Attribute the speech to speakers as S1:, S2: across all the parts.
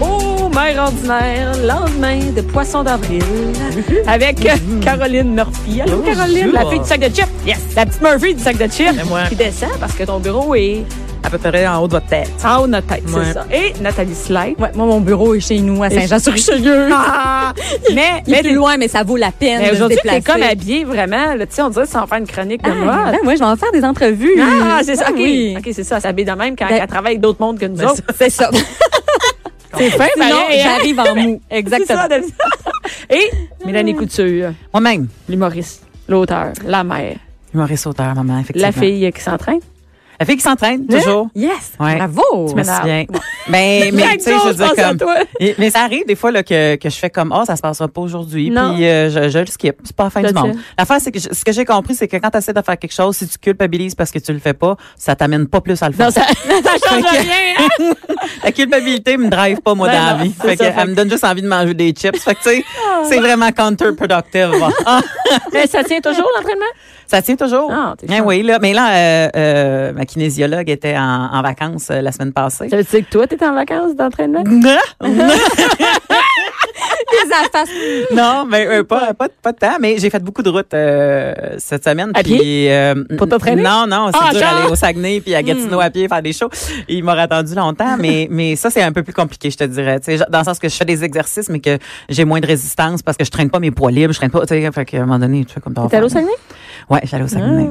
S1: Oh, mère ordinaire, lendemain de poisson d'avril, avec euh, Caroline Murphy. Allô,
S2: Bonjour.
S1: Caroline, la fille du sac de chips. Yes. La petite Murphy du sac de chips.
S2: C'est moi.
S1: Qui descend parce que ton bureau est
S2: à peu près en haut de votre tête.
S1: en haut de notre tête, c'est
S2: Ouais.
S1: ça. Et Nathalie Slide.
S3: Ouais, moi, mon bureau est chez nous, à Saint-Jean-sur-Richelieu.
S1: Ah! mais,
S3: Il est
S1: mais
S3: plus loin, mais ça vaut la peine
S1: mais
S3: de se
S1: aujourd'hui,
S3: déplacer.
S1: t'es comme habillée vraiment, là, tu sais, on dirait sans faire une chronique de
S3: Ah,
S1: mode.
S3: ben, ouais, je vais en faire des entrevues.
S1: Ah, c'est ça,
S3: Ah,
S1: ok.
S3: oui.
S1: Ok, c'est ça, elle s'habille de même quand
S3: Ben-
S1: elle travaille avec d'autres mondes que nous
S2: Ben,
S1: autres.
S3: C'est ça.
S1: C'est fin,
S3: Sinon,
S1: pareil, hein?
S3: j'arrive en mou.
S1: C'est ça,
S3: Exactement.
S1: d'habitude. Et Mélanie Couture,
S2: Moi-même,
S1: l'humoriste, l'auteur, la mère,
S2: humoriste auteur, maman, effectivement.
S1: la fille qui s'entraîne.
S2: La fille qui s'entraîne, toujours.
S3: Yes.
S2: Ouais.
S3: Bravo.
S1: Tu m'as-
S2: Aussi bien. Ben, mais tu sais, je veux dire comme. Et- mais ça arrive des fois là, que, que je fais comme Ah, ça se passera pas aujourd'hui,
S1: Non.
S2: puis euh, je, je le skip. C'est pas la fin
S1: That's
S2: du monde.
S1: it.
S2: L'affaire, c'est que je- ce que j'ai compris, c'est que quand tu essaies de faire quelque chose, si tu culpabilises parce que tu le fais pas, ça t'amène pas plus à le faire.
S1: Non, ça, ça change rien. hein?
S2: La culpabilité me drive pas, moi,
S1: Ben
S2: dans la
S1: non,
S2: vie.
S1: c'est
S2: Fait que,
S1: ça, fait Ah,
S2: elle me donne juste envie de manger des chips. Fait que, tu sais, c'est vraiment counterproductive. Ah.
S1: Mais ça tient toujours l'entraînement?
S2: Ça tient toujours.
S1: Ah, t'es
S2: Eh
S1: chance.
S2: oui, là. Mais là, euh, euh, ma kinésiologue était en, en vacances euh, la semaine passée.
S1: Ça veut dire que toi, t'es en vacances d'entraînement?
S3: Les affaires.
S2: non, mais euh, pas, pas, pas de temps. Mais j'ai fait beaucoup de routes euh, cette semaine.
S1: À
S2: puis, euh,
S1: Pour t'entraîner?
S2: Non, non, c'est
S1: Ah,
S2: dur
S1: genre? Hmm.
S2: d'aller au Saguenay puis à Gatineau à pied faire des shows. Ils m'auraient attendu longtemps, mais, mais ça, c'est un peu plus compliqué, je te dirais. Tu sais, dans le sens que je fais des exercices, mais que j'ai moins de résistance parce que je traîne pas mes poids libres. Je traîne pas, tu sais, fait qu'à un moment donné, tu fais comme t'as
S1: T'es allé au Saguenay? Ah,
S2: Ouais, j'allais au Saguenay.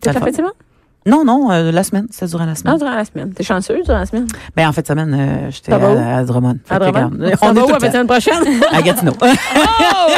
S1: T'es
S2: Ça
S1: la
S2: le
S1: fin de semaine?
S2: Non, non, euh, la semaine. C'était durant la semaine.
S1: Non, durant la semaine. T'es chanceux durant la semaine?
S2: Ben, en fait, semaine, euh, j'étais
S1: Ça va où?
S2: à, à Drummond. Fait
S1: À
S2: que,
S1: Drummond?
S2: regarde,
S1: On
S2: on
S1: va où
S2: est
S1: la
S2: tout le
S1: fin de
S2: temps
S1: semaine prochaine?
S2: à Gatineau.
S1: Oh!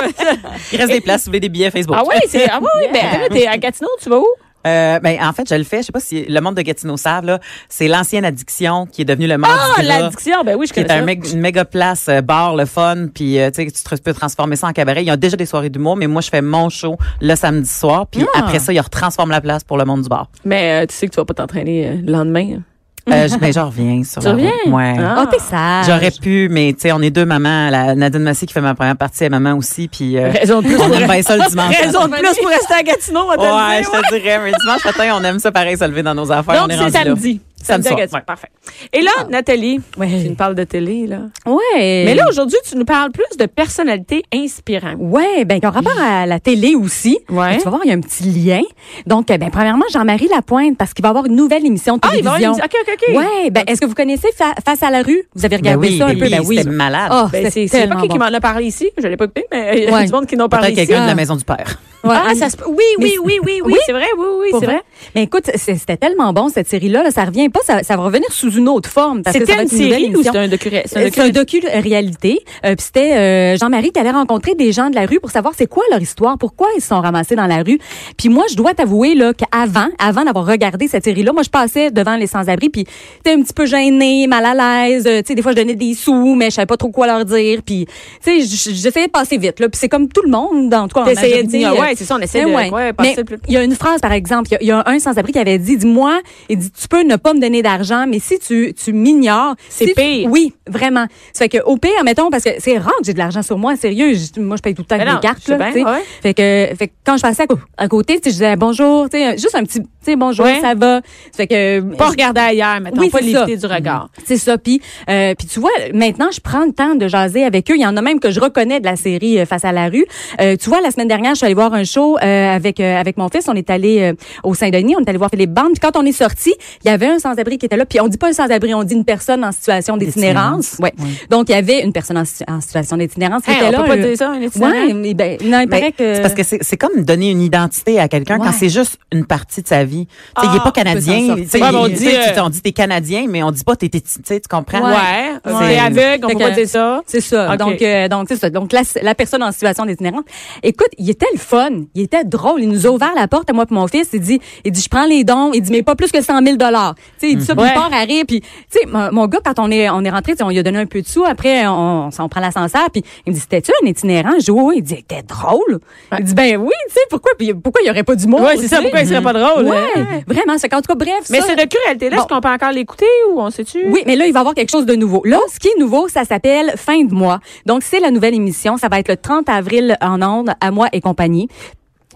S2: Il reste des places, si vous voulez des billets Facebook.
S1: Ah oui, c'est. Ah oui, oui, ben,
S3: Yeah.
S1: attends, t'es à Gatineau, tu vas où?
S2: Euh, ben, en fait, je le fais. Je sais pas si le monde de Gatineau savent, là. C'est l'ancienne addiction qui est devenue le monde
S1: Ah,
S2: du gras,
S1: l'addiction, ben oui, je
S2: Qui
S1: connais
S2: est un
S1: ça.
S2: mec- une méga place, euh, bar, le fun, puis euh, tu sais, tu te- peux transformer ça en cabaret. Ils ont déjà des soirées d'humour, mais moi, je fais mon show le samedi soir, puis
S1: Ah.
S2: après ça, ils retransforment la place pour le monde du bar.
S1: Mais euh, tu sais que tu vas pas t'entraîner euh, le lendemain.
S2: Euh, je- ben, je reviens sur
S1: Tu
S2: la
S1: reviens?
S2: route. Ouais.
S1: Ah.
S3: Oh, t'es sage.
S2: J'aurais pu, mais tu sais, on est deux mamans. La, Nadine Massé qui fait ma première partie est maman aussi, puis euh,
S1: Raison de plus
S2: on
S1: pour
S2: aime bien ça le dimanche.
S1: Raison de plus pour rester à Gatineau, on t'a
S2: Ouais,
S1: dit,
S2: je
S1: ouais.
S2: te dirais, mais dimanche matin, on aime ça pareil, se lever dans nos affaires.
S1: Donc,
S2: on est
S1: c'est
S2: rendu
S1: samedi.
S2: Samedi
S1: à
S2: soir,
S1: Gatineau.
S2: ouais.
S1: Parfait. Et là, Nathalie,
S3: Ouais.
S1: tu nous parles de télé, là.
S3: Ouais.
S1: Mais là, aujourd'hui, tu nous parles plus de personnalités inspirantes.
S3: Ouais, ben en rapport à la télé aussi.
S1: Ouais.
S3: Tu vas voir, il y a un petit lien. Donc, eh ben premièrement, Jean-Marie Lapointe, parce qu'il va avoir une nouvelle émission de
S1: Ah, il va
S3: télévision.
S1: avoir une- OK, OK, OK.
S3: Ouais, ben est-ce que vous connaissez Fa- Face à la rue Vous avez
S2: Ben
S3: regardé
S2: oui,
S3: ça un peu
S2: Billy,
S3: Ben oui.
S2: c'était malade.
S3: Oh,
S1: Ben, c'est
S3: c'est
S1: c'est pas
S3: tellement
S1: qui qui
S3: bon.
S1: m'en a parlé ici. Je l'ai pas écouté, mais il y a
S3: Ouais.
S1: du monde qui n'en parle
S2: Peut-être
S1: ici.
S2: quelqu'un de
S3: Ah.
S2: la maison du père.
S1: Ah, ça se peut. Oui, oui, oui, oui, oui.
S3: Oui?
S1: C'est vrai, oui, oui,
S3: Pour
S1: c'est
S3: vrai?
S1: vrai.
S3: Mais écoute, c'est- c'était tellement bon cette série-là, là, ça revient pas, ça, ça va revenir sous une autre forme. parce que ça
S1: C'était
S3: va
S1: une
S3: être nouvelle
S1: série ou
S3: émission. Euh,
S1: c'était un docu c'est un
S3: C'est un
S1: docu-
S3: docu-réalité. Euh, puis c'était euh, Jean-Marie qui allait rencontrer des gens de la rue pour savoir c'est quoi leur histoire, pourquoi ils se sont ramassés dans la rue. Puis moi, je dois t'avouer là qu'avant, avant d'avoir regardé cette série-là, moi je passais devant les sans-abri puis j'étais un petit peu gênée, mal à l'aise. Euh, tu sais, des fois je donnais des sous, mais je savais pas trop quoi leur dire. Puis tu sais, j- j'essayais de passer vite là. Puis c'est comme tout le monde, dans tout cas. en
S1: T'essayais de
S3: majorité,
S1: dire,
S3: euh,
S1: ouais, c'est ça, on essayait
S3: ben
S1: de
S3: ouais.
S1: ouais,
S3: Mais
S1: passer plus.
S3: il y a une phrase, par exemple, il y a- il y, a un sans-abri qui avait dit, dis-moi, il dit, tu peux ne pas me donner d'argent, mais si tu, tu m'ignores,
S1: C'est
S3: si tu-
S1: pire.
S3: oui, vraiment. Ça fait que, au pire, mettons, parce que c'est rare que j'ai de l'argent sur moi, sérieux. je- moi, je paye tout le temps
S1: Ben
S3: avec
S1: non,
S3: des cartes,
S1: je sais
S3: là,
S1: bien,
S3: tu sais.
S1: ouais.
S3: Fait que, fait que quand je passais à, co- à côté, tu sais, je disais bonjour, tu sais, juste un petit, tu sais, bonjour,
S1: Ouais.
S3: ça va. Ça fait que.
S1: Pas regarder ailleurs, maintenant,
S3: Oui,
S1: pas
S3: c'est ça. Mhm.
S1: l'éviter du regard.
S3: C'est ça. Puis, euh, puis tu vois, maintenant, je prends le temps de jaser avec eux. Il y en a même que je reconnais de la série euh, Face à la rue. Euh, tu vois, la semaine dernière, je suis allée voir un show euh, avec euh, avec mon fils. On est allé euh, au Saint-Denis. On est allé voir Philippe Bande. Puis quand on est sorti, il y avait un sans-abri qui était là. Puis on dit pas un sans-abri, on dit une personne en situation
S2: D'itinérance.
S3: d'itinérance. Ouais. Donc il y avait une personne en, situ- en situation d'itinérance qui
S1: Hey,
S3: était
S1: on
S3: là.
S1: peut pas
S3: euh,
S1: dire ça, un itinérant.
S3: ouais, mais ben, non, il
S2: Ben,
S3: paraît que.
S2: C'est parce que c'est c'est comme donner une identité à quelqu'un
S3: Ouais.
S2: quand c'est juste une partie de sa vie. Tu sais, il
S1: Ah,
S2: est pas
S3: on peut s'en
S2: canadien.
S3: sortir.
S2: tu sais,
S1: Ouais,
S2: il-
S1: mais on
S2: tu
S1: dit,
S2: sais,
S1: euh,
S2: tu- On dit t'es canadien, mais on dit pas t'es t'es- tu sais, tu comprends?
S1: Ouais.
S3: Ouais.
S1: T'es aveugle, on
S3: Fait
S1: peut
S3: que-
S1: pas dire ça.
S3: C'est ça.
S1: Ok.
S3: Donc, euh, donc c'est ça. Donc, la, la personne en situation d'itinérance. Écoute, il était le fun. Il était drôle. Il nous a ouvert la porte à moi et mon fils. Il dit, il dit, je prends les dons. Il dit, mais pas plus que 100 000 dollars. Tu sais, il dit ça, puis
S1: Mhm. Ouais.
S3: il part à rire, Puis, tu sais, mon, mon gars, quand on est, on est rentré, on lui a donné un peu de sous. Après, on, on, s'en prend l'ascenseur. Puis, il me dit, t'es-tu un itinérant? Je dis, oui. Il dit, t'es drôle. Il dit, ben oui, tu sais, pourquoi? Puis, pourquoi il y aurait pas du monde?
S1: Ouais, c'est ça. Pourquoi il serait pas drôle?
S3: Ouais,
S1: hein?
S3: vraiment. C'est qu'en tout cas, bref.
S1: Mais
S3: ça-
S1: ce docu-réalité-là, est-ce
S3: Bon.
S1: qu'on peut encore l'écouter ou on sait-tu?
S3: oui, mais là, il va y avoir quelque chose de nouveau. Là, ce qui est nouveau, ça s'appelle Fin de mois. Donc, c'est la nouvelle émission. Ça va être le 30 avril en ondes, à moi et compagnie.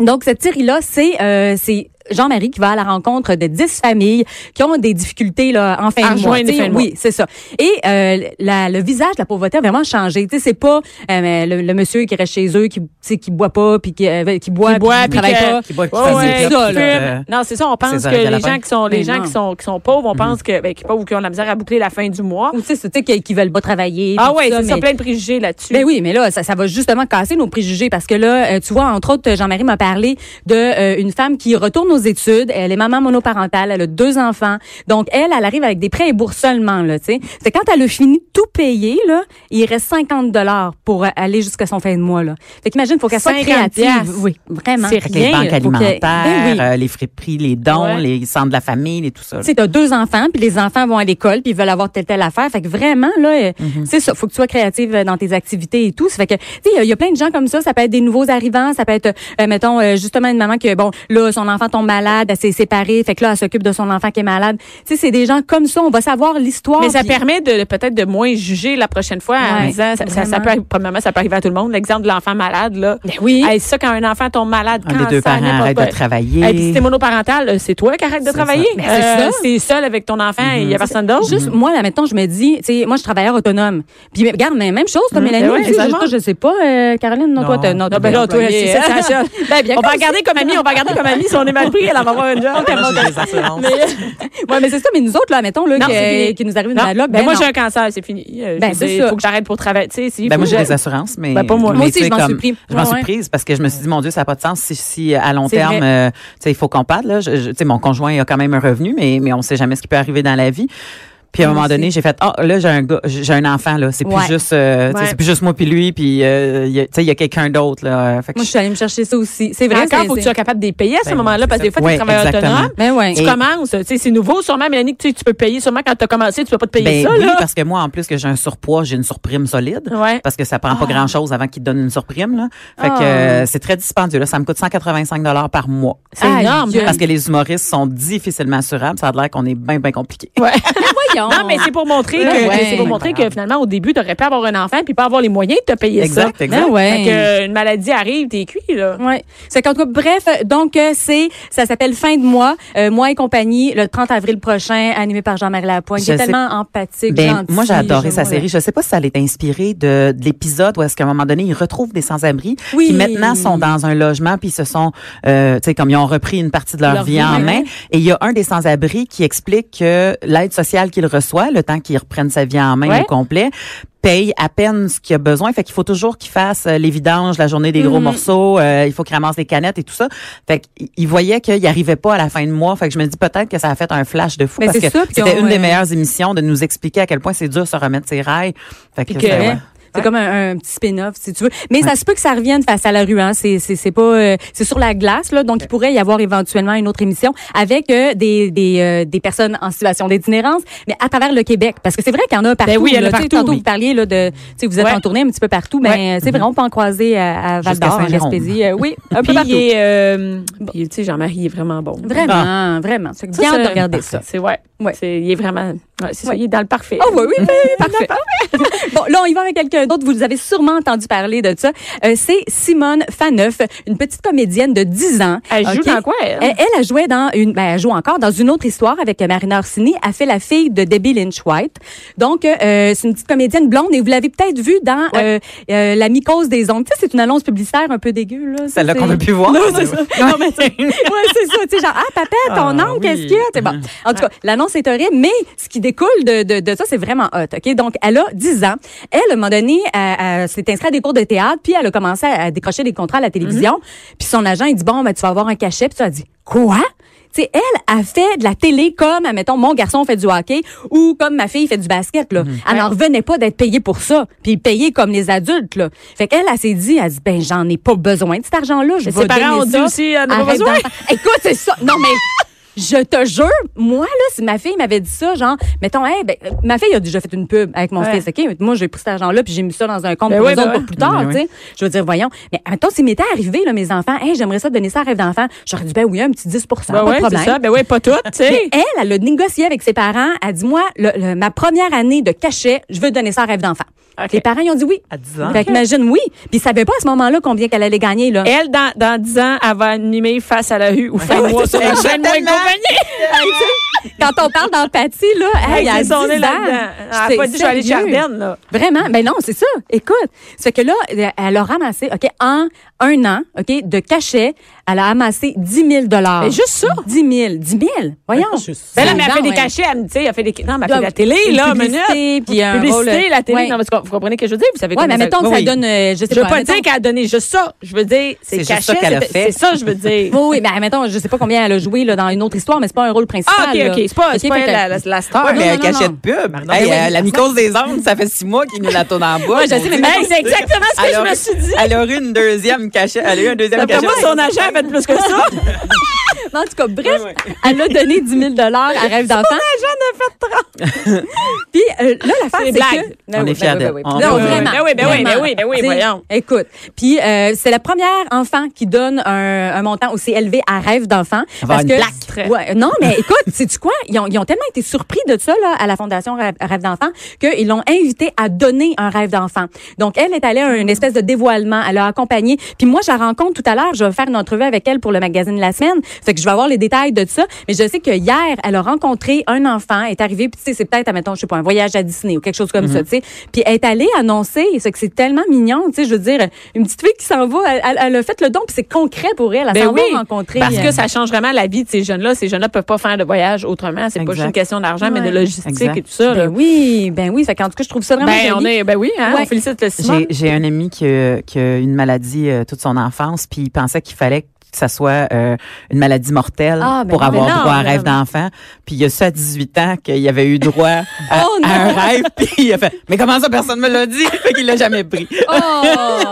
S3: Donc, cette série-là, c'est... euh, c'est Jean-Marie qui va à la rencontre de 10 familles qui ont des difficultés là, en fin
S1: À
S3: de mois.
S1: rejoindre les
S3: Tu sais,
S1: fins de mois.
S3: oui, c'est ça. Et euh, la- le visage de la pauvreté a vraiment changé. Tu sais, c'est pas euh, le, le monsieur qui reste chez eux, qui tu sais, qui boit pas, puis qui, euh, qui boit,
S1: Qui boit,
S3: puis qui
S1: puis
S3: travaille
S1: que-
S3: pas.
S2: Qui boit, qui
S1: Ouais,
S2: fait des
S1: ouais,
S2: clopes,
S1: qui
S2: là,
S1: fument.
S2: de-
S1: Non, c'est ça. On pense
S2: ses
S1: que
S2: oreilles à
S1: les
S2: lapin.
S1: gens qui sont les
S3: Mais
S1: gens
S3: non. Mm-hmm.
S1: qui sont qui sont pauvres, on pense que ben, qui sont pauvres ou qui ont de la misère à boucler la fin du mois.
S3: Ou tu sais, c'est- tu sais, qui, qui veulent pas travailler.
S1: Ah
S3: puis
S1: ouais,
S3: tout
S1: c'est ça,
S3: mais-
S1: plein de préjugés là-dessus.
S3: Ben oui, mais là, ça, ça va justement casser nos préjugés parce que là, euh, tu vois, entre autres, Jean-Marie m'a parlé de euh, une femme qui retourne aux études. Elle est maman monoparentale, elle a deux enfants. Donc, elle, elle arrive avec des prêts et bourses seulement, là, tu sais. C'est quand elle a fini de tout payer, là, il reste 50 dollars pour euh, aller jusqu'à son fin de mois, là. Fait qu'imagine, faut qu'elle soit
S1: 50
S3: créative.
S1: piastres.
S3: Oui, vraiment.
S1: C'est
S2: Avec les
S1: Rien,
S2: banques
S3: faut que-
S2: alimentaires,
S3: Ben oui.
S2: euh, les friperies, les dons,
S1: Ouais.
S2: les centres de la famille, et tout ça. là.
S3: Tu sais, t'as deux enfants, puis les enfants vont à l'école, puis ils veulent avoir telle telle affaire. Fait que vraiment là, euh, c'est ça. Faut que tu sois créative euh, dans tes activités et tout. Ça fait que tu sais, il y a- il y, a plein de gens comme ça. Ça peut être des nouveaux arrivants, ça peut être euh, mettons euh, justement une maman que bon là son enfant tombe malade, elle s'est séparée, fait que là elle s'occupe de son enfant qui est malade. Tu sais, c'est des gens comme ça. On va savoir l'histoire.
S1: Mais ça
S3: puis-
S1: permet de peut-être de moins juger la prochaine fois en
S3: Ouais,
S1: disant ça, ça, ça peut
S3: vraiment.
S1: arri- premièrement ça peut arriver à tout le monde l'exemple de l'enfant malade là.
S3: Ben oui.
S1: Hey, ça quand un enfant tombe malade
S2: Un des deux
S1: cancer,
S2: parents
S1: n'importe
S2: arrête
S1: quoi.
S2: de travailler.
S1: Hey, puis si t'es monoparental, euh, c'est toi qui arrête de
S2: C'est ça.
S1: travailler. Euh,
S3: Mais c'est ça.
S1: T'es seul avec ton enfant, il y a personne d'autre.
S3: Juste, moi, là, maintenant, je me dis, tu sais, moi, je suis travailleur autonome. Puis, mais regarde, mais même chose, comme
S1: Mhm.
S3: Mélanie,
S1: Ben ouais,
S3: tu sais, je-
S1: exactement.
S3: je, sais pas, euh, Caroline, non, toi,
S2: Non.
S3: t'as- non,
S1: Non, ben là, toi,
S3: employée,
S1: c'est ça,
S3: hein.
S1: c'est la seule.
S3: Ben, bien
S1: on va
S3: comme
S1: regarder comme ami, on va regarder comme ami. Si on est mal pris, elle va avoir un job.
S2: Moi, j'ai des assurances.
S3: Ouais, mais c'est ça, mais nous autres, là, mettons, là,
S1: Non,
S3: que-
S1: c'est fini.
S3: qui nous arrive une
S1: Non,
S3: maladie,
S1: ben moi, j'ai un cancer, c'est fini. Euh,
S3: Ben,
S1: je
S3: c'est
S1: veux dire,
S3: ça.
S1: faut que j'arrête pour travailler. Tu sais, s'il
S2: Ben, moi,
S1: faut-
S2: j'ai des assurances, mais.
S1: Ben, pas moi.
S2: mais
S3: Moi aussi,
S2: tu sais,
S3: je m'en suis
S2: comme-
S3: pris.
S2: Je m'en
S3: Ouais,
S2: suis
S3: ouais.
S2: prise parce que je me suis dit, mon Dieu, ça n'a pas de sens si, si à long
S3: C'est
S2: terme,
S3: vrai.
S2: euh, tu sais, il faut qu'on parle. Là. Je- je- tu sais, mon conjoint il a quand même un revenu, mais, mais on ne sait jamais ce qui peut arriver dans la vie. Puis à un
S3: Moi
S2: moment donné, j'ai fait ah là j'ai un gars, j'ai un enfant là, c'est
S3: Ouais.
S2: plus juste euh, tu sais,
S1: Ouais.
S2: c'est plus juste moi puis lui puis euh, il y a- tu sais il y a quelqu'un d'autre là. Fait que
S3: Moi, je suis allée me chercher ça aussi. C'est
S1: Mais
S3: vrai.
S1: encore,
S3: c'est-
S1: faut que tu
S3: c'est-
S1: sois capable de les payer à ce
S2: Ben,
S1: moment-là, parce que des fois,
S2: Ouais,
S1: tu travailles
S2: exactement.
S1: autonome.
S3: Ben ouais.
S1: Tu
S2: Et-
S1: commences. Tu sais, c'est nouveau, sûrement, Mélanie, que tu, sais, tu peux payer. Sûrement, quand tu as commencé, tu peux pas te payer
S2: Ben
S1: ça,
S2: oui,
S1: là.
S2: parce que moi, en plus que j'ai un surpoids, j'ai une surprime solide.
S1: Ouais.
S2: Parce que ça prend pas grand-chose avant qu'ils te donnent une surprime. Là. Fait
S3: Ah.
S2: que euh, c'est très dispendieux. Là. Ça me coûte 185 par mois.
S1: C'est
S3: Aïe,
S1: énorme.
S3: Dieu.
S2: Parce que les humoristes sont difficilement assurables. Ça a l'air qu'on est bien, bien compliqué.
S3: Voyons.
S1: Non, mais c'est pour montrer que,
S3: Ouais.
S1: c'est pour montrer que finalement, au début, tu aurais pu avoir un enfant puis pas avoir les moyens de te payer ça.
S2: Exact, exact.
S3: Ben ouais.
S1: Fait que, euh, une maladie arrive, t'es cuit, là.
S3: Ouais. C'est qu'en tout cas, bref, donc euh, c'est ça s'appelle Fin de mois, euh, moi et compagnie, le 30 avril prochain, animé par Jean-Marie Lapointe, qui
S2: Je
S3: est
S2: sais-
S3: tellement empathique,
S2: Ben,
S3: gentil,
S2: moi, j'ai adoré
S3: je-
S2: sa
S3: ouais.
S2: série. Je sais pas si ça l'est inspiré de, de l'épisode où est-ce qu'à un moment donné, ils retrouvent des sans-abri
S3: Oui.
S2: qui maintenant sont dans un logement puis ils se sont, euh, tu sais, comme ils ont repris une partie de leur,
S3: Leur
S2: vie,
S3: vie,
S2: en
S3: ouais.
S2: main. Et il y a un des sans-abri qui explique que l'aide sociale qu'il reçoit, le temps qu'il reprenne sa vie en main
S1: Ouais.
S2: au complet, paye à peine ce qu'il a besoin. Fait qu'il faut toujours qu'il fasse euh, les vidanges, la journée des gros
S3: Mhm.
S2: morceaux, euh, il faut qu'il ramasse les canettes et tout ça. Fait qu'il voyait qu'il arrivait pas à la fin de mois. Fait que je me dis peut-être que ça a fait un flash de fou
S3: Mais
S2: parce
S3: c'est
S2: que
S3: ça, puis
S2: c'était
S3: on,
S2: une
S3: euh,
S2: des meilleures émissions de nous expliquer à quel point c'est dur de se remettre ses rails. Fait que,
S1: Puis que-
S2: c'est- ouais.
S3: Ouais. C'est comme un, un petit spin-off, si tu veux. Mais ça se peut que ça revienne face à la rue. Hein. C'est, c'est, c'est pas, euh, c'est sur la glace, là. Donc, il pourrait y avoir éventuellement une autre émission avec euh, des, des, euh, des personnes en situation d'itinérance, mais à travers le Québec. Parce que c'est vrai qu'il y en a partout.
S1: Ben oui, il y en a
S3: là. Tu sais,
S1: partout,
S3: Tantôt,
S1: oui.
S3: vous parliez là, de, tu sais, vous êtes
S1: Ouais.
S3: en tournée un petit peu partout.
S1: Ouais.
S3: Mais euh, c'est vrai, on peut en croiser euh, à, à
S2: Jusqu'à
S3: Val-d'Or, en
S2: Saint-Jérôme.
S3: Gaspésie. Euh, oui, un peu
S1: Puis, il
S3: partout.
S1: est, euh, puis, tu sais, Jean-Marie, il est vraiment bon.
S3: Vraiment, vraiment. C'est
S1: Ah. Ça,
S3: bien
S1: c'est-
S3: de regarder ça.
S1: C'est, ouais.
S3: Ouais.
S1: C'est, il est vraiment, ouais, c'est ça,
S3: Ouais.
S1: il est dans le parfait.
S3: Oh oui, oui, oui, oui, parfait. bon, là, on y va avec quelqu'un d'autre. Vous avez sûrement entendu parler de ça. Euh, c'est Simone Faneuf, une petite comédienne de 10 ans.
S1: Elle joue
S3: OK? Eh,
S1: dans quoi, elle?
S3: Elle, elle a joué dans une, ben, elle joue encore dans une autre histoire avec euh, Marina Orsini. Elle fait la fille de Debbie Lynch White. Donc, euh, c'est une petite comédienne blonde et vous l'avez peut-être vue dans euh, euh, La mycose des ongles. Tu sais, c'est une annonce publicitaire un peu dégueu, là. Ça,
S2: Celle-là
S3: c'est-
S2: qu'on veut plus voir.
S3: non, mais c'est ouais, c'est ça. Tu sais, genre, ah, papa, ton
S2: Ah, oui.
S3: oncle, qu'est-ce qu'il y a? Tu sais, Bon. En tout cas, l'annonce est horrible, mais ce qui découle de, de, de ça, c'est vraiment hot. OK? Donc, elle a 10 ans. Elle, à un moment donné, elle, elle s'est inscrite à des cours de théâtre, puis elle a commencé à, à décrocher des contrats à la télévision.
S1: Mm-hmm.
S3: Puis son agent, il dit, bon, ben, tu vas avoir un cachet. Puis ça, elle dit, quoi? Tu sais, elle a fait de la télé comme, admettons, mon garçon fait du hockey ou comme ma fille fait du basket.
S1: Mm-hmm.
S3: Là. Elle n'en revenait pas d'être payée pour ça, puis payée comme les adultes. Là. Fait qu'elle, elle s'est dit, elle dit, ben j'en ai pas besoin de cet argent-là. Je
S1: Mais
S3: vais
S1: ses parents
S3: donner
S1: ont dit
S3: ça.
S1: aussi, elle n'a pas
S3: Arrête
S1: besoin.
S3: d'en- Écoute, c'est ça. Non, mais. Je te jure, moi, là, si ma fille m'avait dit ça, genre, mettons, hey, ben, ma fille a déjà fait une pub avec mon
S1: Ouais.
S3: fils, OK? Mais moi, j'ai pris cet argent-là, puis j'ai mis ça dans un compte
S1: Ben
S3: pour
S1: oui,
S3: eux
S1: ben
S3: autres
S1: oui.
S3: pour plus tard,
S2: Ben
S3: tu sais. Je veux dire, voyons. Mais, mettons, s'il m'était arrivé, là, mes enfants, hey, j'aimerais ça donner ça à rêve d'enfant, j'aurais dit, ben oui, un petit 10 pas
S1: Ben
S3: de
S1: ouais, c'est
S3: problème.
S1: ça. Ben ouais, pas tout, tu
S3: Mais
S1: sais.
S3: elle, elle a négocié avec ses parents. Elle dit, moi, le- le- ma première année de cachet, je veux donner ça à rêve d'enfant.
S1: OK.
S3: Les parents, ils ont dit oui.
S2: À 10 ans.
S3: Fait qu'imagine, oui. Puis ils savaient pas à ce moment-là combien qu'elle allait gagner, là.
S1: Elle, dans, dans 10 ans, elle va animer face à la rue ou
S3: Ah
S1: fin de mois sur la chaîne Moi et
S2: Exactement.
S1: compagnie.
S3: Quand on parle d'empathie, là, hey,
S1: Hey,
S3: il y a
S1: c'est
S3: 10
S1: ça,
S3: ans.
S1: on est là-dedans. Elle a pas dit, je vais aller chez
S3: sérieux.
S1: Ardennes, là.
S3: Vraiment? Ben non, c'est ça. Écoute, c'est que là, elle a ramassé, OK, en un an, OK, de cachet, elle a amassé 10 000
S1: Mais juste ça?
S3: 10 000. 10 000? Voyons.
S1: Ben là, mais elle
S3: Ah. Non,
S1: fait des
S3: ouais.
S1: cachets, elle me dit, elle a fait des. Non, mais elle
S3: Donc,
S1: fait de la télé,
S3: une
S1: là,
S3: publicité,
S1: minute.
S3: puis un
S1: Publicité,
S3: rôle,
S1: la télé.
S3: ouais.
S1: Non, mais vous comprenez ce que je veux dire? Vous savez
S3: Ouais,
S1: comment
S3: mais
S1: ça-
S3: mettons que ça
S2: oui.
S3: donne, euh, je sais
S1: Je veux
S3: pas,
S1: pas
S3: mettons-
S1: dire qu'elle a donné juste ça. Je veux dire,
S2: C'est
S1: c'est
S2: juste ça
S1: cachet.
S2: qu'elle a
S1: c'est-
S2: fait.
S1: C'est ça, je veux dire.
S3: Oui, oui, ben mettons, je sais pas combien elle a joué là, dans une autre histoire, mais c'est pas un rôle principal.
S1: Ah, OK,
S3: là.
S1: OK. C'est pas, c'est
S3: OK,
S1: pas
S3: fait
S1: elle,
S3: que-
S1: la, la, la star.
S2: Ouais, mais
S3: non,
S2: elle
S3: non,
S2: cachait
S3: non.
S2: pub.
S1: non,
S2: Hey,
S3: mais oui,
S2: euh, la mycose des ongles, ça fait six mois qu'il nous la tourne en bas.
S3: Ouais, je sais, mais
S1: Hey, c'est exactement ce que
S2: Alors-
S1: je me suis dit.
S2: Elle aurait une deuxième cachette. Elle a eu un deuxième
S1: D'après
S2: cachet.
S1: moi, son agent a fait plus que ça. Son agent
S3: En tout cas, bref, elle a donné 10 000 à Rêve d'enfant.
S1: a fait 30.
S3: Puis euh, là, l'affaire,
S1: C'est
S3: c'est
S1: blague.
S3: que...
S2: On est fiers d'elle. On-
S3: Non,
S2: Ben oui, oui,
S3: vraiment.
S1: oui, ben oui, ben
S3: vraiment.
S1: oui, ben oui,
S3: T'sais,
S1: voyons.
S3: Écoute, puis euh, c'est la première enfant qui donne un, un montant aussi élevé à rêve d'enfant.
S2: On va avoir une
S1: plaque.
S3: Ouais, non, mais écoute, sais-tu quoi? Ils ont, ils ont tellement été surpris de ça là, à la Fondation Rêve Rêve d'enfant qu'ils l'ont invitée à donner un rêve d'enfant. Donc, elle est allée à une espèce de dévoilement. Elle a accompagné. Puis moi, je la rencontre tout à l'heure. Je vais faire une entrevue avec elle pour le magazine de la semaine. Fait que je vais avoir les détails de ça. Mais je sais que hier, elle a rencontré un enfant, est arrivée, puis tu sais, c'est peut-être, admettons, je sais pas, un voyage à Disney ou quelque chose comme
S1: Mm-hmm.
S3: ça, tu sais. Puis elle est allée annoncer, c'est que c'est tellement mignon, tu sais, je veux dire, une petite fille qui s'en va, elle, elle- elle a fait le don, puis c'est concret pour elle. Elle
S1: Ben
S3: s'en va
S1: oui,
S3: rencontrer.
S1: Parce
S3: euh,
S1: que ça change vraiment la vie de ces jeunes-là. Ces jeunes-là peuvent pas faire de voyage autrement. C'est pas
S2: Exact.
S1: juste une question d'argent, mais
S3: Ouais.
S1: de logistique
S2: Exact.
S1: et tout ça. là.
S3: Ben oui, ben oui. Fait qu'en tout cas, je trouve ça vraiment
S1: Ben, on
S3: joli.
S1: est, ben oui, hein,
S3: Ouais.
S1: on félicite le Simon.
S2: J'ai, j'ai un ami qui a, qui a une maladie euh, toute son enfance, puis il pensait qu'il fallait que ça soit euh, une maladie mortelle
S3: Ah, ben
S2: pour
S3: non.
S2: avoir
S1: Mais non,
S2: droit à un
S1: mais
S2: rêve
S1: non.
S2: d'enfant. Puis il y a ça à 18 ans qu'il avait eu droit à,
S3: Oh,
S2: à un
S3: non.
S2: rêve, puis il a fait « Mais comment ça, personne me l'a dit? » Fait qu'il l'a jamais pris.
S3: Oh!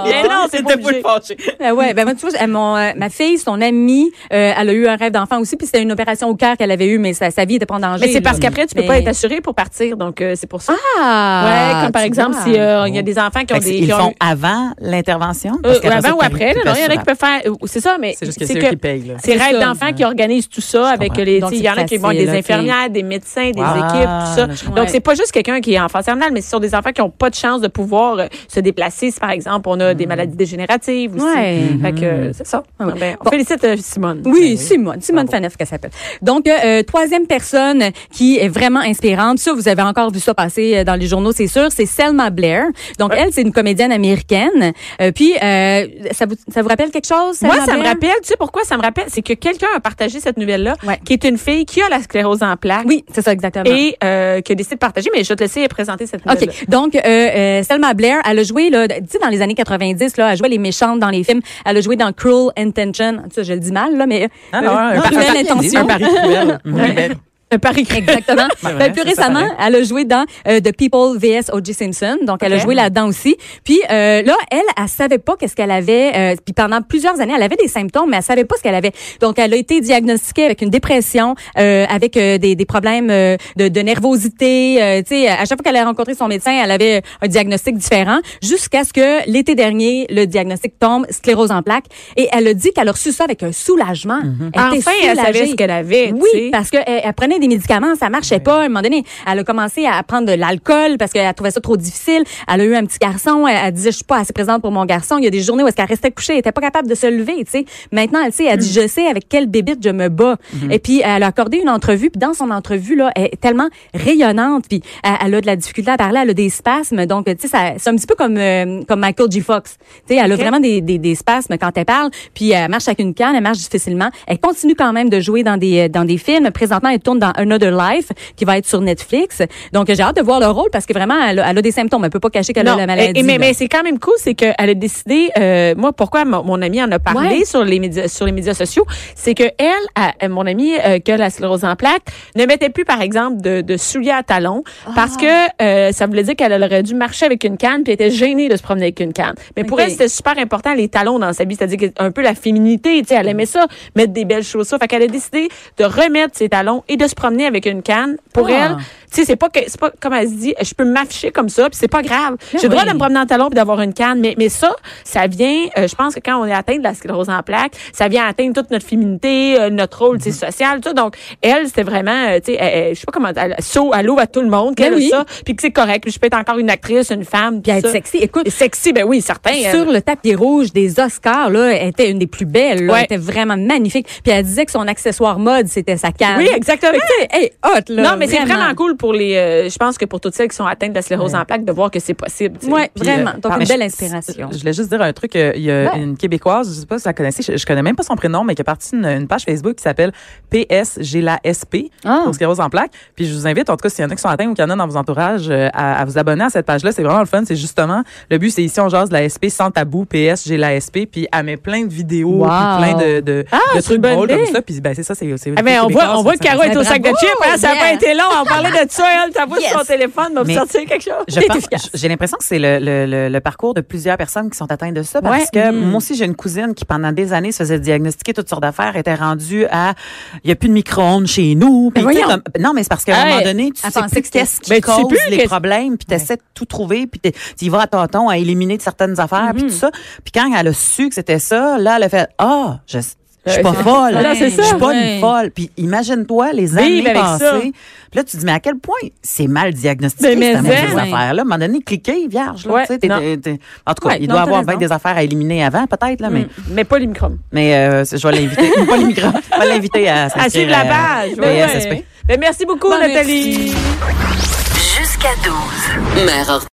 S1: Mais non, c'est
S2: C'était
S1: pas
S2: pour le
S1: obligé.
S2: fâcher.
S3: Ben ouais, ben moi, tu vois, j'ai- mon, euh, ma fille, son amie, euh, elle a eu un rêve d'enfant aussi, puis c'était une opération au cœur qu'elle avait eue, mais sa, sa vie était pas en danger.
S1: Mais c'est
S3: là.
S1: parce qu'après, tu peux
S3: Mais-
S1: pas être assuré pour partir. Donc, euh, c'est pour ça.
S3: Ah!
S1: ouais, comme par
S3: tu
S1: exemple, euh,
S3: vois.
S1: s'il y
S2: euh,
S1: a des enfants qui ont
S2: Fait que
S1: des.
S2: Ils
S1: qui
S2: le
S1: ont
S2: font
S1: eu-
S2: avant l'intervention?
S1: euh,
S2: Parce qu'après ça,
S1: avant ou
S2: t'as-
S1: après, là,
S2: t'es
S1: non, il y en a qui
S2: assurable.
S1: peuvent faire. euh, C'est ça, mais
S2: C'est juste que c'est eux qui payent. là.
S1: C'est
S3: C'est
S1: Rêve
S3: ça.
S1: d'enfants qui organisent tout ça avec euh,
S2: comprends.
S1: les.
S3: Donc,
S1: tu sais, Il
S3: c'est
S1: y en a qui vont
S3: facile,
S1: des
S3: ok.
S1: infirmières, des médecins, des
S2: Wow.
S1: équipes, tout ça.
S2: Ah, je
S1: Donc,
S3: comprends.
S1: c'est pas juste quelqu'un qui est en phase terminale, mais ce sont des enfants qui n'ont pas de chance de pouvoir euh, se déplacer. Si, par exemple, on a des maladies dégénératives aussi.
S3: Mm. Ouais.
S1: Fait que, euh, c'est ça.
S3: Ah ouais.
S1: Ben, on
S3: Bon.
S1: félicite euh, Simone.
S3: Oui, Simone, Simone Faneuf qu'elle s'appelle. Donc euh, euh, troisième personne qui est vraiment inspirante, ça vous avez encore vu ça passer euh, dans les journaux, c'est sûr, c'est Selma Blair. Donc elle c'est une comédienne américaine. Euh, puis euh, ça vous ça vous rappelle quelque chose Selma
S1: Moi, ça me
S3: Blair?
S1: rappelle, tu sais pourquoi ça me rappelle? C'est que quelqu'un a partagé cette nouvelle-là,
S3: Ouais.
S1: qui est une fille qui a la sclérose en plaques
S3: Oui, c'est ça exactement.
S1: et euh, qui a décidé de partager, mais je vais te laisser présenter cette nouvelle-là.
S3: OK. Donc, euh, euh, Selma Blair, elle a joué, là, dit dans les années 90, là, elle jouait les méchantes dans les films. Elle a joué dans Cruel Intention. Tu sais, je le dis mal, là, mais. euh,
S2: Ah non, un-
S3: Cruel
S2: un-
S3: Intention.
S2: Un pari cruel. Oui, ben,
S1: Un pari cru.
S3: Exactement.
S2: Ouais,
S3: Ben, plus
S2: c'est ça,
S3: récemment, elle a joué dans euh, The People vs. O.J. Simpson. Donc, elle a
S1: Ok.
S3: joué là-dedans aussi. Puis euh, là, elle, elle savait pas qu'est-ce qu'elle avait. euh, puis pendant plusieurs années, elle avait des symptômes, mais elle savait pas ce qu'elle avait. Donc, elle a été diagnostiquée avec une dépression, euh, avec euh, des, des problèmes euh, de, de nervosité. euh, tu sais, à chaque fois qu'elle a rencontré son médecin, elle avait un diagnostic différent. Jusqu'à ce que l'été dernier, le diagnostic tombe, sclérose en plaques. Et elle a dit qu'elle a reçu ça avec un soulagement.
S2: Mhm.
S3: Elle était
S1: Enfin, elle savait
S3: soulagée.
S1: ce qu'elle avait.
S3: Oui,
S1: tu sais.
S3: parce qu'elle elle prenait des médicaments, ça marchait pas. À un moment donné, elle a commencé à prendre de l'alcool parce qu'elle trouvait ça trop difficile. Elle a eu un petit garçon, elle, elle disait, je suis pas assez présente pour mon garçon. Il y a des journées où est-ce qu'elle restait couchée, elle était pas capable de se lever, tu sais. Maintenant, elle sait, elle
S1: Mm.
S3: dit, je sais avec quelle bébite je me bats.
S1: Mm-hmm.
S3: Et puis, elle a accordé une entrevue, puis dans son entrevue, là, elle est tellement rayonnante, puis elle, elle a de la difficulté à parler, elle a des spasmes. Donc, tu sais, ça- c'est un petit peu comme, euh, comme Michael G. Fox. Tu sais, elle a
S1: Ok.
S3: vraiment des, des, des spasmes quand elle parle, puis elle marche avec une canne, elle marche difficilement. Elle continue quand même de jouer dans des, dans des euh, films. Présentement, elle tourne dans dans Another Life qui va être sur Netflix. Donc, j'ai hâte de voir le rôle parce que vraiment, elle a, elle a des symptômes. Elle peut pas cacher qu'elle a
S1: Non,
S3: la maladie.
S1: et- et- mais
S3: là.
S1: mais c'est quand même cool, c'est qu'elle a décidé. euh, moi, pourquoi mon, mon amie en a parlé
S3: Ouais.
S1: sur les médias sur les médias sociaux, c'est que elle, a- euh, mon amie euh, que la sclérose en plaques, ne mettait plus, par exemple, de, de souliers à talons parce
S3: Ah.
S1: que euh, ça voulait dire qu'elle aurait dû marcher avec une canne, puis elle était gênée de se promener avec une canne. Mais pour
S3: Ok.
S1: elle, c'était super important les talons dans sa vie, c'est-à-dire que- un peu la féminité. Tu sais, elle aimait ça, mettre des belles chaussures. Fait qu'elle a décidé de remettre ses talons et de se promener avec une canne. Pour
S2: Ah.
S1: elle, tu sais, c'est pas que c'est pas comme elle se dit, je peux m'afficher comme ça, puis c'est pas grave. J'ai le droit
S3: oui.
S1: de me promener en talon puis d'avoir une canne, mais mais ça, ça vient. euh, je pense que quand on est atteint de la sclérose en plaques, ça vient atteindre toute notre féminité, euh, notre rôle, tu sais,
S3: Mm-hmm.
S1: social, tout. Donc elle, c'était vraiment, euh, tu sais, elle- elle- je sais pas comment, elle saut à l'eau à tout le monde, qu'elle a
S3: Ben oui. Ben,
S1: ça, puis que c'est correct. Puis je peux être encore une actrice, une femme,
S3: Puis
S1: puis
S3: elle est
S1: ça.
S3: sexy. Écoute,
S1: Et sexy, ben oui, certain. elle.
S3: sur le tapis rouge des Oscars, là, elle était une des plus belles. là.
S1: Ouais.
S3: Elle était vraiment magnifique. Puis elle disait que son accessoire mode, c'était sa canne.
S1: Oui, exactement.
S3: Fait que, tu sais, hey, hot, là.
S1: non, mais c'est vraiment cool pour les. euh, je pense que pour toutes celles qui sont atteintes de la sclérose en plaques, de voir que c'est possible. tu sais.
S3: Ouais,
S1: Puis,
S3: vraiment.
S1: euh,
S3: Donc,
S1: par-
S3: une belle
S2: je-
S3: inspiration.
S2: Je voulais juste dire un truc. euh, Il y a une Québécoise, je sais pas si la connaissez, je, je connais même pas son prénom, mais qui a parti une, une page Facebook qui s'appelle PS, j'ai la SP,
S3: Ah.
S2: pour sclérose en plaques. Puis je vous invite, en tout cas, s'il y en a qui sont atteints ou qu'il y en a dans vos entourages, euh, à, à vous abonner à cette page-là. C'est vraiment le fun. C'est justement, le but, c'est ici, on jase de la SP sans tabou, PS, j'ai la SP, puis elle met plein de vidéos,
S3: Wow.
S2: puis plein de, de, de
S1: Ah, c'est une
S2: trucs
S1: bonne
S2: drôles comme
S1: idée.
S2: ça. Puis ben, c'est ça, c'est c'est-
S1: Ah, mais on
S2: Québécoise,
S1: voit, on voit
S2: ça-
S1: que Caro est au sac de
S3: bravo,
S1: chips. hein, ça n'a pas
S3: yeah.
S1: été long. On parlait de ça. Elle, t'as vu
S3: Yes.
S1: sur son téléphone, m'a
S2: Mais-
S1: sortir quelque chose.
S2: Je pense- j'ai l'impression que c'est le, le- le- le parcours de plusieurs personnes qui sont atteintes de ça parce
S1: Ouais.
S2: que
S3: Mm.
S2: moi aussi j'ai une cousine qui pendant des années se faisait diagnostiquer toutes sortes d'affaires était rendue à il y a plus de micro-ondes chez nous Puis
S3: Mais
S2: tu sais,
S3: voyons.
S2: comme- non mais c'est parce qu'à un
S1: Hey,
S2: moment donné tu
S3: elle
S2: sais
S3: pensait
S2: plus
S3: que c'était-
S2: qu'est-ce qui
S1: Ben, tu sais
S2: cause
S1: plus
S2: les
S1: que-
S2: problèmes puis t'essaies de tout trouver puis t'es- tu y vas à tâtons à éliminer de certaines affaires
S1: Mm-hmm.
S2: puis tout ça puis quand elle a su que c'était ça là elle a fait ah je je suis
S1: Ouais,
S2: pas
S1: Euh, c'est-
S2: folle.
S1: Non, c'est
S2: Je
S1: ça.
S2: suis pas
S3: Ouais.
S2: une folle. Puis imagine-toi les années
S1: Vive avec ça. Ben,
S2: passées. Puis là, tu te dis, mais à quel point c'est mal diagnostiqué,
S1: Mais
S2: cette
S1: mais
S2: affaire-là?
S3: hein.
S2: affaires-là. À un moment donné, cliquez, vierge. Là,
S1: Ouais,
S2: tu sais, t'es-
S1: non.
S2: t'es- t'es- en tout cas,
S3: Ouais,
S2: il
S3: non,
S2: doit
S3: t'as
S2: avoir
S3: raison.
S2: bien des affaires à éliminer avant, peut-être, là, mais,
S1: Mais pas les microbes.
S2: mais euh, je vais l'inviter. pas les migrants. Je vais l'inviter à,
S1: À suivre
S2: s'inscrire,
S1: la
S2: euh,
S1: page.
S2: au
S1: ouais.
S2: SSP.
S1: Ben, merci beaucoup,
S3: Ben,
S1: Nathalie.
S3: merci.
S4: Jusqu'à 12. Mère ordinaire.